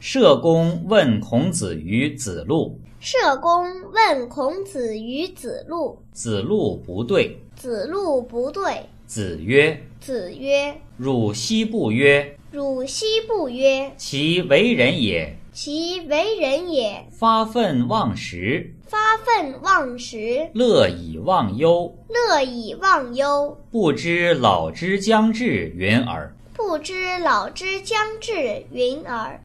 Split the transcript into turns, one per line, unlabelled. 社公问孔子于子路，
社公问孔子于子路，
子路不对。
子路不对。
子曰
子曰：“
汝昔不曰：“
汝昔不曰，
其为人也，
其为人也，
发愤忘食，
发愤忘食，
乐以忘忧，
乐以忘忧。
不知老之将至云尔。”
不知老之将至云尔。”